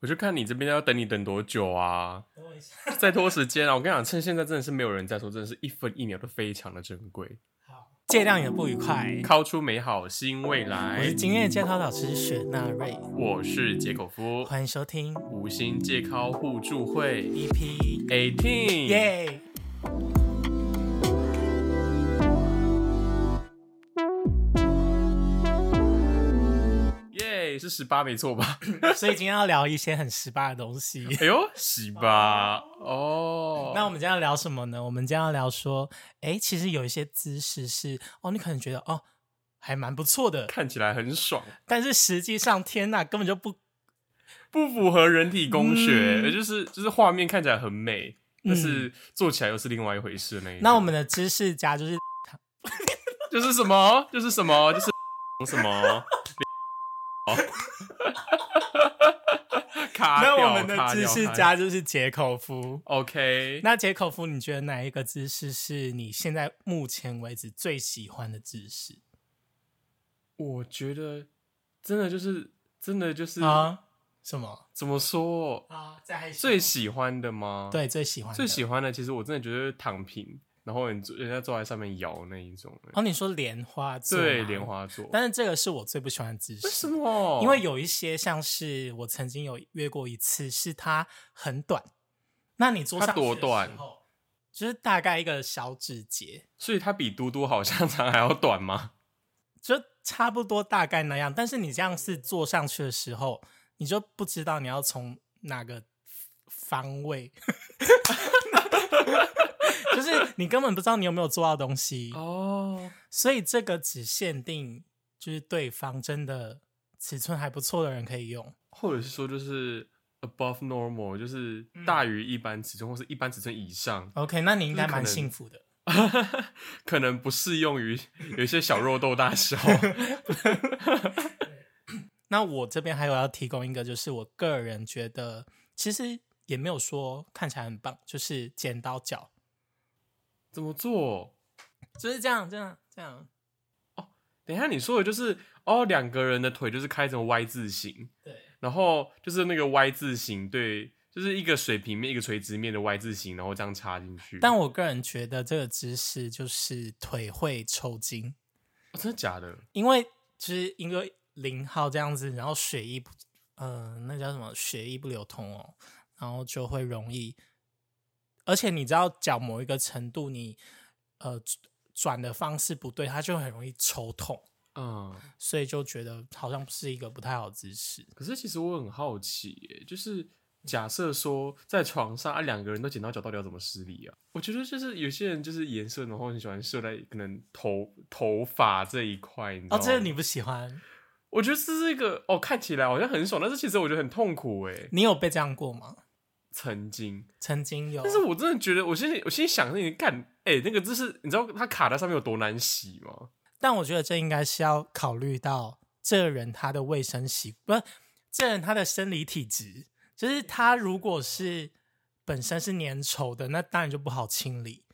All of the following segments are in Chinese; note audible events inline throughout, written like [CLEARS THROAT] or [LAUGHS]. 我就看你这边要等你等多久啊？等我一下。再拖时间啊！ [LAUGHS] 我跟你讲，趁现在真的是没有人在说，真的是一分一秒都非常的珍贵。好，借亮你的不愉快。敲出美好新未我是来，今天的健康导师雪纳瑞，我是杰口夫，欢迎收听无心借靠互助会 EP， eighteen。耶！耶是十八没错吧？ [COUGHS] 所以今天要聊一些很十八的东西。 [LAUGHS] 哎呦，十八哦。那我们今天要聊什么呢？我们今天要聊说，哎、其实有一些姿势是哦，你可能觉得哦还蛮不错的，看起来很爽，但是实际上天呐，根本就不嗯不符合人体工学，嗯也就是就是画面看起来很美，但是做起来又是另外一回事那一种那我们的知识家就是就是什么，就是什么，就是什么。 [LAUGHS] 卡那掉我们的卡知掉识卡家就是解口夫。 OK，那解口夫，你觉得哪一个姿势是你现在目前为止最喜欢的姿势我觉得真的就是真的就是、啊？什么怎么说啊？在最喜欢的吗？，对最喜欢的最喜欢的其实我真的觉得躺平，然后人人家坐在上面摇那一种，哦，你说莲花座对，吗莲，花座。但是这个是我最不喜欢的姿势。为什么？因为有一些像是我曾经有约过一次，是它很短，那你桌它上去多的短时候？就是大概一个小指节，所以它比嘟嘟好像长还要短吗？就差不多大概那样。但是你这样是坐上去的时候，你就不知道你要从哪个方位， [LAUGHS] 就是你根本不知道你有没有做到东西，哦，所以这个只限定就是对方真的尺寸还不错的人可以用。或者是说就是 above normal，就是大于一般尺寸、或是一般尺寸以上， OK，那你应该就是可蛮能幸福的。可能不适用于有一些小肉豆大小。那我这边还有要提供一个，就是我个人觉得其实也没有说看起来很棒，就是剪刀脚，怎么做？就是这样这样这样。等一下你说的就是哦，两个人的腿就是开成 Y 字形，对，然后就是那个 Y 字形，对，就是一个水平面一个垂直面的 Y 字形，然后这样插进去。但我、我个人觉得这个姿势就是腿会抽筋，哦真的假的？因为就是因为零号这样子，然后血液不，呃，那叫什么血液不流通哦，然后就会容易，而且你知道脚某一个程度你，呃转的方式不对，它就很容易抽痛，嗯，所以就觉得好像不是一个不太好的姿势。可是其实我很好奇耶，就是假设说在床上啊，两个人都剪刀脚，到底要怎么施力啊？我觉得就是有些人就是颜色，然后很喜欢射在可能头头发这一块，你知道哦，吗？这个你不喜欢，我觉得这是一个哦，看起来好像很爽，但是其实我觉得很痛苦哎。你有被这样过吗？曾经，曾经有，但是我真的觉得，我现在我心里想那你干哎，那个就是你知道它卡在上面有多难洗吗？但我觉得这应该是要考虑到这个人他的卫生习，不是这人他的生理体质，就是他如果是本身是粘稠的，那当然就不好清理。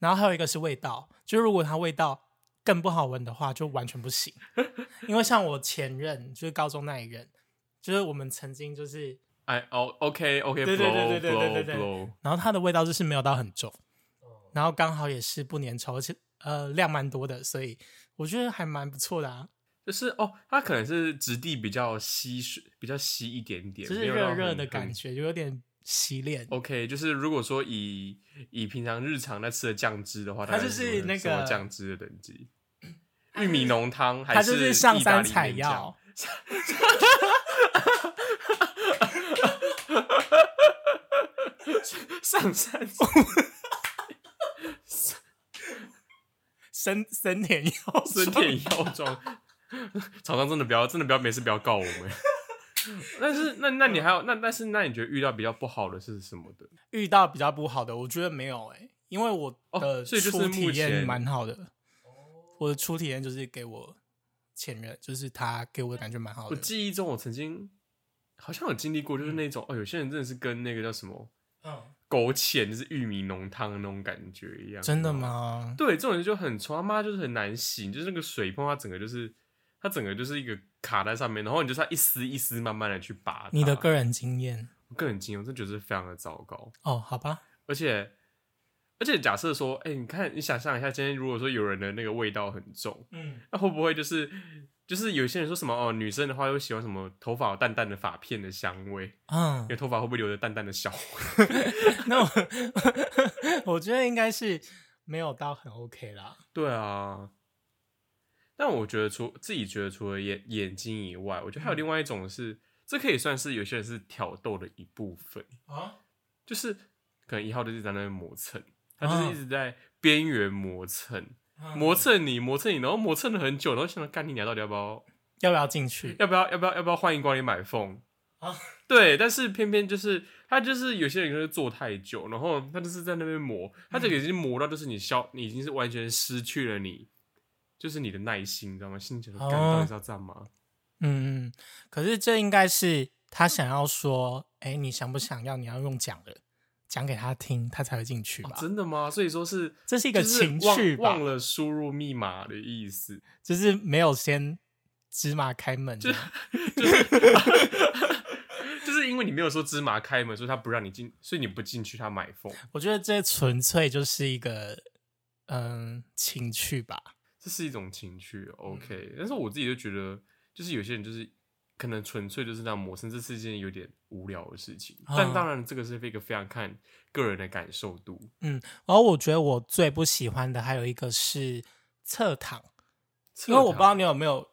然后还有一个是味道，就是如果他味道更不好闻的话，就完全不行。因为像我前任，就是高中那一任，就是我们曾经就是，哎哦，OK OK，对对对对对对对 blow blow 对 blow，然后他的味道就是没有到很重，然后刚好也是不粘稠，而且呃量蛮多的，所以我觉得还蛮不错的啊。就是哦，它可能是质地比较稀水，比较稀一点点，就是没有到热热很哦的感。觉，有点洗脸很。OK，就是如果说以以平常日常在吃的酱汁的话，它大概就是什么那什么个酱汁的等 [CLEARS THROAT] 级，玉米浓汤还它就是上意大山利采面酱 [LAUGHS] 药。上山森森田药 [LAUGHS] 妆，森田药妆， [LAUGHS] 厂商真的不要，真的不要，没事不要告我们。 [LAUGHS] 但是，那那你还有那但是那你觉得遇到比较不好的是什么的？ [LAUGHS] 遇到比较不好的，我觉得没有哎、因为我哦的所以就是初体目前验蛮好的。我的初体验就是给我前任，就是他给我的感觉蛮好我的。记忆中我曾经好像有经历过，就是那种、哦，有些人真的是跟那个叫什么嗯，狗浅，就是玉米浓汤的那种感觉一样。真的你知道？吗？对，这种人就很臭，他妈就是很难洗，就是那个水碰它整个就是它整个就是一个卡在上面，然后你就是要一丝一丝慢慢的去拔它。你的个人经验我个人经验，我真的觉得是非常的糟糕。哦，好吧，而且而且假设说，哎、你看你想象一下，今天如果说有人的那个味道很重，嗯，那会不会就是就是有些人说什么哦，女生的话又喜欢什么头发有淡淡的发片的香味，嗯因，为头发会不会留着淡淡的小味？那 [LAUGHS] 我我觉得应该是没有到很 OK 啦。对啊，但我觉得除自己觉得除了眼眼睛以外，我觉得还有另外一种是，这可以算是有些人是挑逗的一部分，啊，就是可能一号就是在那边磨蹭，他就是啊一直在边缘磨蹭，嗯磨蹭你，磨蹭你，然后磨蹭了很久，然后想到干你娘到底要不要要不要进去？要不要要不要要不要欢迎光临买凤啊？对，但是偏偏就是他就是有些人就是坐太久，然后他就是在那边磨，他这个已经磨到就是你消，你已经是完全失去了你，就是你的耐心，你知道吗？心里想说，哦干到底是要干嘛？嗯，嗯，可是这应该是他想要说，哎、你想不想要？你要用讲的，讲给他听，他才会进去吧。哦真的吗？所以说是啊这是一个就是情绪吧忘忘了输入密码的意思， [LAUGHS] 就是没有先芝麻开门这样，就是因为你没有说芝麻开门，所以他不让你进，所以你不进去他买凤，我觉得这纯粹就是一个嗯情趣吧。这是一种情趣，OK、但嗯是我自己就觉得，就是有些人就是可能纯粹就是那样磨蹭，这是一件有点无聊的事情。啊但当然，这个是一个非常看个人的感受度。然后我觉得我最不喜欢的还有一个是侧躺，侧因为我躺不知道你有没有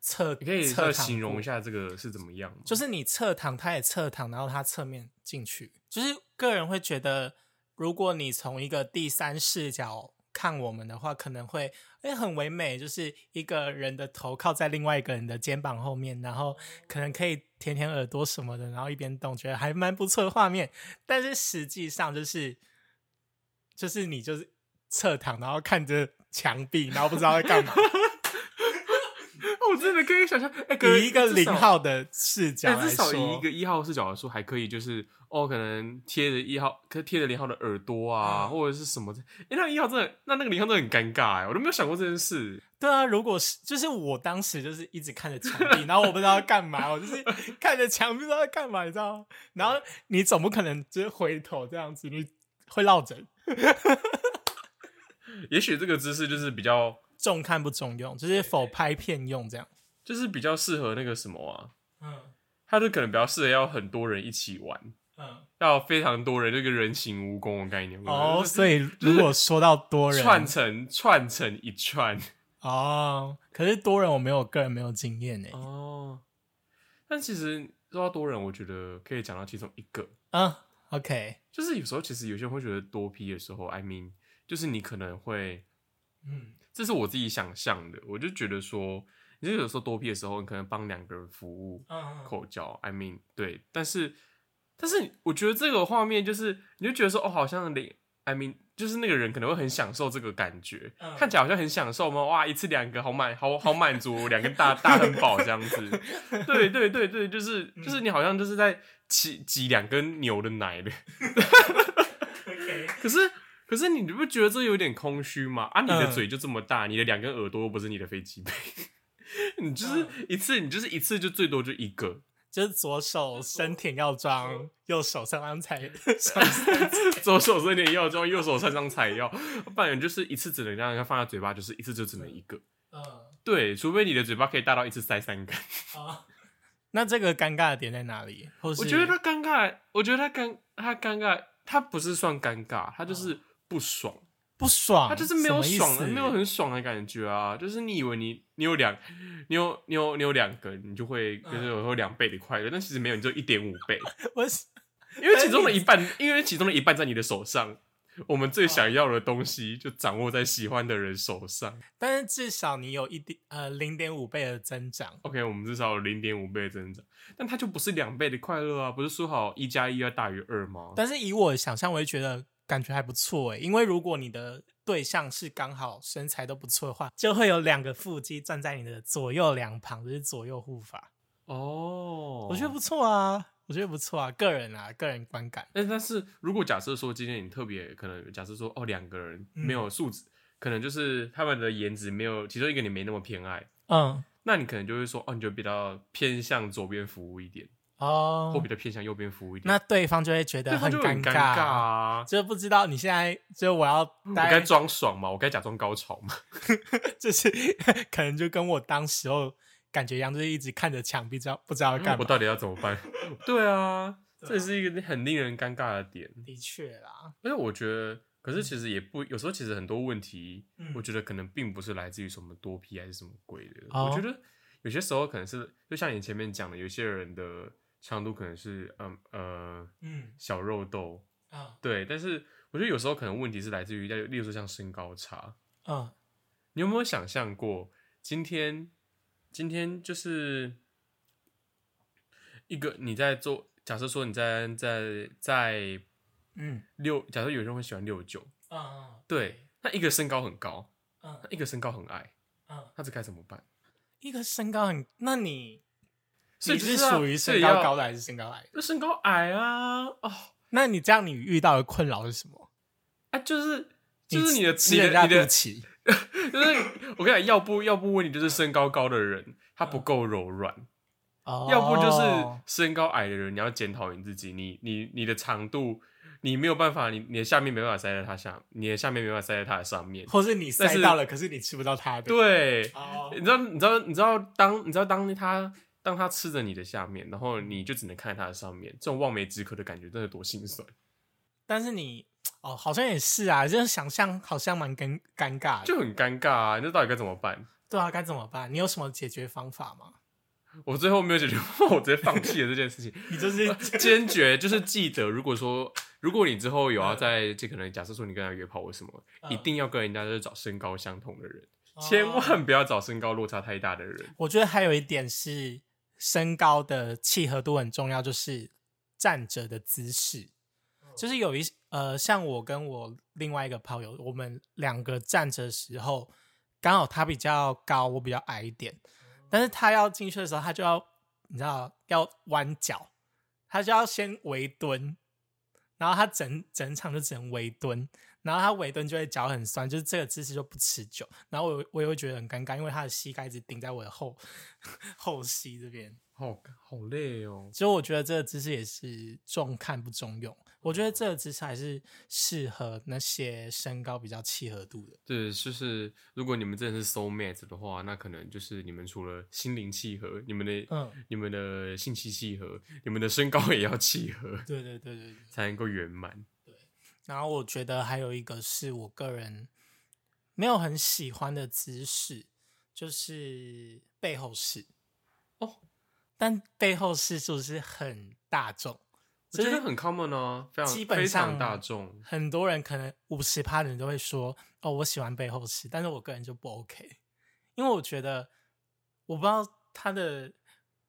侧，你可以侧再躺形容过一，下这个是怎么样吗？就是你侧躺，他也侧躺，然后他侧面进去，就是个人会觉得，如果你从一个第三视角看我们的话，可能会哎、很唯美，就是一个人的头靠在另外一个人的肩膀后面，然后可能可以舔舔耳朵什么的，然后一边动，觉得还蛮不错的画面。但是实际上就是就是你就是侧躺，然后看着墙壁，然后不知道在干 [LAUGHS] 嘛。哦我真的可以想象，哎、可以一个零，号的视至少角哎来至少说，以一个一号视角来说，还可以就是哦，可能贴着一号，可贴着零号的耳朵啊，嗯或者是什么的。哎、那一号真的，那那个零号真的很尴尬哎、我都没有想过这件事。对啊，如果是就是我当时就是一直看着墙壁，然后我不知道要干嘛，我就是看着墙壁不知道要干嘛，你知道吗？然后你总不可能就是回头这样子，你会落枕，也许这个姿势就是比较重看不重用，就是否拍片用这样。就是比较适合那个什么啊，嗯他就可能比较适合要很多人一起玩，嗯。要非常多人，这个人形蜈蚣的概念。哦，就是所以如果说到多人串成串成一 [LAUGHS] 串。哦，可是多人我没有个人没有经验欸呢。哦，但其实说到多人，我觉得可以讲到其中一个，嗯，OK，就是有时候其实有些人会觉得多批的时候，I mean，就是你可能会，嗯这是我自己想象的，我就觉得说，你就有时候多批的时候，你可能帮两个人服务，嗯口交，I mean，对，但是但是我觉得这个画面就是，你就觉得说，哦，好像零，I mean，就是那个人可能会很享受这个感觉，嗯看起来好像很享受吗？哇，一次两个，好满，好好满足，两个 [LAUGHS] 大大汉堡这样子，对对对对，就是嗯就是你好像就是在挤挤两根牛的奶 [LAUGHS] 的， ，OK，可是。可是你不觉得这有点空虚吗？啊，你的嗯嘴就这么大，你的两根耳朵又不是你的飞机杯， [LAUGHS] 你就是嗯一次，你就是一次就最多就一个，就是左手伸舔药妆，右手上刚才上 [LAUGHS] 三 [LAUGHS] 左手伸点药妆，右手上上采药，不然就是一次只能让它放在嘴巴，就是一次就只能一个。嗯对，除非你的嘴巴可以大到一次塞三根。啊， [LAUGHS] 那这个尴尬的点在哪里？或是我觉得他尴尬，我觉得他尴，他尴尬，他不是算尴尬，他就是不爽，不嗯爽，他就是没有爽啊什么意思没有很爽的感觉啊。就是你以为你你有两，你有你有你有两根，你就会嗯就是有有两倍的快乐，但其实没有，你就一点五 [LAUGHS] 倍， [LAUGHS] 我是因为其中的一半，因为其中的一半在你的手上。我们啊最想要的东西就掌握在喜欢的人手上。但是至少你有一点呃零点五倍的增长， OK，我们至少有零点五倍的增长，但它就不是两倍的快乐啊！不是说好一加一要大于二吗？但是以我的想象，我会觉得感觉还不错欸诶，因为如果你的对象是刚好身材都不错的话，就会有两个腹肌站在你的左右两旁，就是左右护法，哦，我觉得不，错啊，我觉得不错啊，个人啊，个人观感，但但是如果假设说今天你特别可能假设说哦两个嗯人没有素质，可能就是他们的颜值没有其中一个你没那么偏爱，嗯那你可能就会说，哦，你就比较偏向左边服务一点，或哦比，较偏向右边服务一点，那对方就会觉得对方就会尴很尴尬啊。嗯就不知道你现在就我要我该待，装爽嘛，我该假装高潮嘛。就是 [LAUGHS] 可能就跟我当时候感觉一样，就是一直看着墙壁，知道不知道要干我嘛。到底要怎么办？ [LAUGHS] 对啊，这是一个很令人尴尬的点。的确啦，而且我觉得，可是其实也不，有时候其实很多问题，嗯我觉得可能并不是来自于什么多批还是什么鬼的。哦我觉得有些时候可能是，就像你前面讲的，有些人的强度可能是，嗯呃，嗯小肉豆，嗯对。但是我觉得有时候可能问题是来自于，例如说像身高差，嗯你有没有想象过，今天今天就是一个你在做，假设说你在在在嗯六，假设有人会喜欢六九，嗯对，那一个身高很高，嗯那一个身高很矮，嗯，那这该怎么办？一个身高很，那你所以你就是啊属于身高高，的还是身高矮的？那身高矮啊，哦，那你这样你遇到的困扰是什么？啊，就是就是你的吃你人家的肚你的，脐，就是我跟你讲，要不要不问题就是身高高的人他不够柔软，哦要不就是身高矮的人，你要检讨你自己，你你你的长度，你没有办法，你你的下面没办法塞在它下，你的下面没办法塞在它的上面。或是你但塞是到了，可是你吃不到它的。，对，哦你知道你知道你知道当你知道当它当它吃着你的下面，然后你就只能看着它的上面，这种望梅止渴的感觉真的多心酸。但是你哦，好像也是啊，就是想象好像蛮尴尴尬的，就很尴尬啊！那到底该怎么办？对啊，该怎么办？你有什么解决方法吗？我最后没有解决 [LAUGHS] 方法，我直接放弃了这件事情。 [LAUGHS] 你就是坚决就是记得，如果说如果你之后有要在这可能假设说你跟他约炮或什么，嗯一定要跟人家就是找身高相同的人，千万不要找身高落差太大的人。哦我觉得还有一点是身高的契合度很重要，就是站着的姿势。就是有一呃，像我跟我另外一个朋友，我们两个站着的时候，刚好他比较高，我比较矮一点，但是他要进去的时候，他就要你知道要弯脚，他就要先围蹲，然后他整整场就只能围蹲，然后他围蹲就会脚很酸，就是这个姿势就不持久。然后我我也会觉得很尴尬，因为他的膝盖一直顶在我的后 [LAUGHS] 后膝这边。好好累哦。所以我觉得这个姿势也是重看不重用。我觉得这个姿势还是适合那些身高比较契合度的。对，就是如果你们真的是 soul mate 的话，那可能就是你们除了心灵契合，你们的、嗯，你们的性气契合，你们的身高也要契合，对对对对对。才能够圆满。然后我觉得还有一个是我个人没有很喜欢的姿势，就是背后式。哦，但背后式是不是很大众？我觉就是得很 common 哦，非常基本非常上大众。很多人可能五十趴的人都会说：“哦，我喜欢背后吃，但是我个人就不 OK，因为我觉得我不知道它的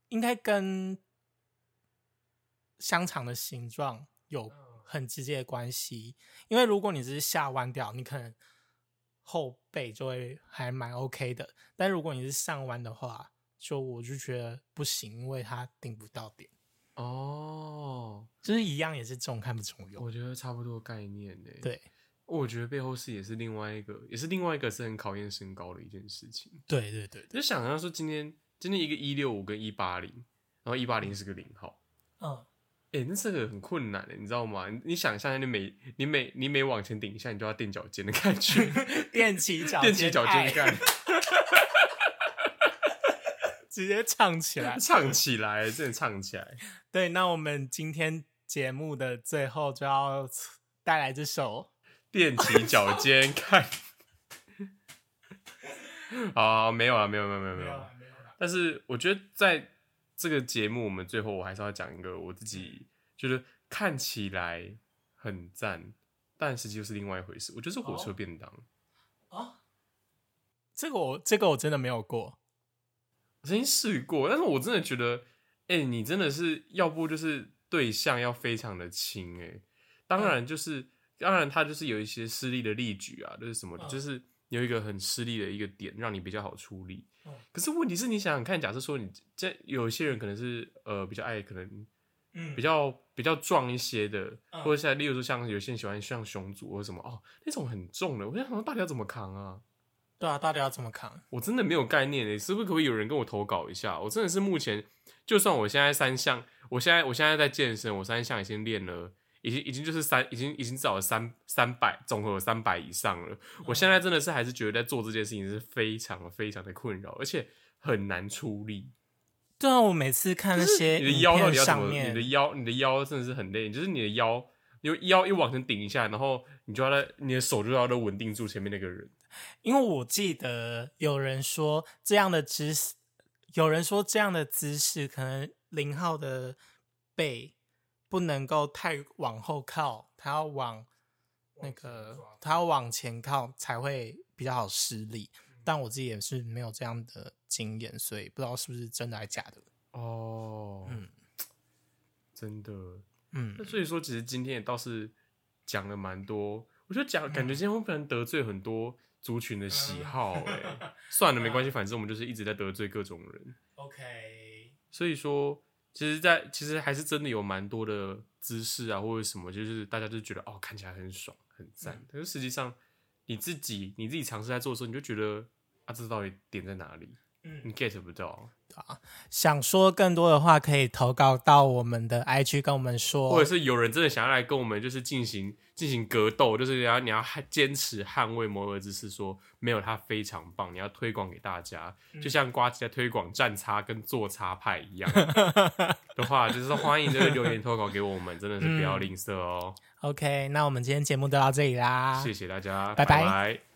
应该跟香肠的形状有很直接的关系。因为如果你只是下弯掉，你可能后背就会还蛮 OK 的，但如果你是上弯的话，就我就觉得不行，因为它顶不到点，哦，就是一样也是重看不重用。我觉得差不多概念呢。，对我觉得背后是也是另外一个，也是另外一个是很考验身高的一件事情。对对对就对，想象说今天今天一个一六五跟一八零，然后一八零是个零号，嗯。”哎、那这个很困难欸的，你知道吗？你你想象你每你每你每往前顶一下，你就要垫脚尖的感觉，踮起脚，哎垫起脚尖，干，直接唱起来。唱起来，真的唱起来。对，那我们今天节目的最后就要带来这首，踮起脚尖 [LAUGHS] 看。啊，没有啊，没有，没有，没有，没有。但是我觉得在这个节目，我们最后我还是要讲一个我自己觉得看起来很赞，但实际又是另外一回事。我觉得是火车便当，啊，这个我这个我真的没有过，我曾经试过，但是我真的觉得，哎、你真的是要不就是对象要非常的亲，哎，当嗯然就是、当然他就是有一些失利的例举啊，就是什么的，嗯就是有一个很失利的一个点，让你比较好处理。嗯可是问题是你想想看，假设说你这有一些人可能是呃比较爱，可能嗯比较比较壮一些的，嗯或者像例如说像有些人喜欢像熊族或者什么哦那种很重的，我在想说到底要怎么扛啊？对啊，到底要怎么扛？我真的没有概念诶，欸是不是可不可以有人跟我投稿一下？我真的是目前，就算我现在三项，我现在我现在在健身，我三项已经练了，已经已经就是三，已经已经至少有三三百，总和有三百以上了。我现在真的是还是觉得在做这件事情是非常非常的困扰，而且很难出力。对啊，我每次看那些你的影腰到片底要怎上么？你面的，腰，你的腰真的是很累，就是你的腰，你的腰一往前顶一下，然后你就要在你的手就要在稳定住前面那个人。因为我记得有人说这样的姿势，有人说这样的姿势可能零号的背不能够太往后靠，他要往那个他要往前靠才会比较好施力。但我自己也是没有这样的经验，所以不知道是不是真的还是假的。哦，嗯真的。嗯 [LAUGHS] 那，所以说，其实今天也倒是讲了蛮多，我觉得讲感觉今天会不能得罪很多族群的喜嗯好、哎、算了，没关系，反正我们就是一直在得罪各种人。 [LAUGHS] OK，所以说，其实在，其实还是真的有蛮多的姿势啊，或者什么，就是大家就觉得哦，看起来很爽，很赞。但是实际上，你自己你自己尝试在做的时候，你就觉得啊，这到底点在哪里？嗯你 get 不到，想说更多的话，可以投稿到我们的 IG 跟我们说， [LAUGHS] 或者是有人真的想要来跟我们就是进行进行格斗，就是你要你要捍坚持捍卫摩尔姿势，说没有它非常棒，你要推广给大家，嗯就像瓜吉在推广站叉跟坐叉派一样的话，就是欢迎这个留言投稿给我们，真的嗯是不要吝啬哦。 OK，那我们今天节目就到这里啦，谢谢大家，拜拜拜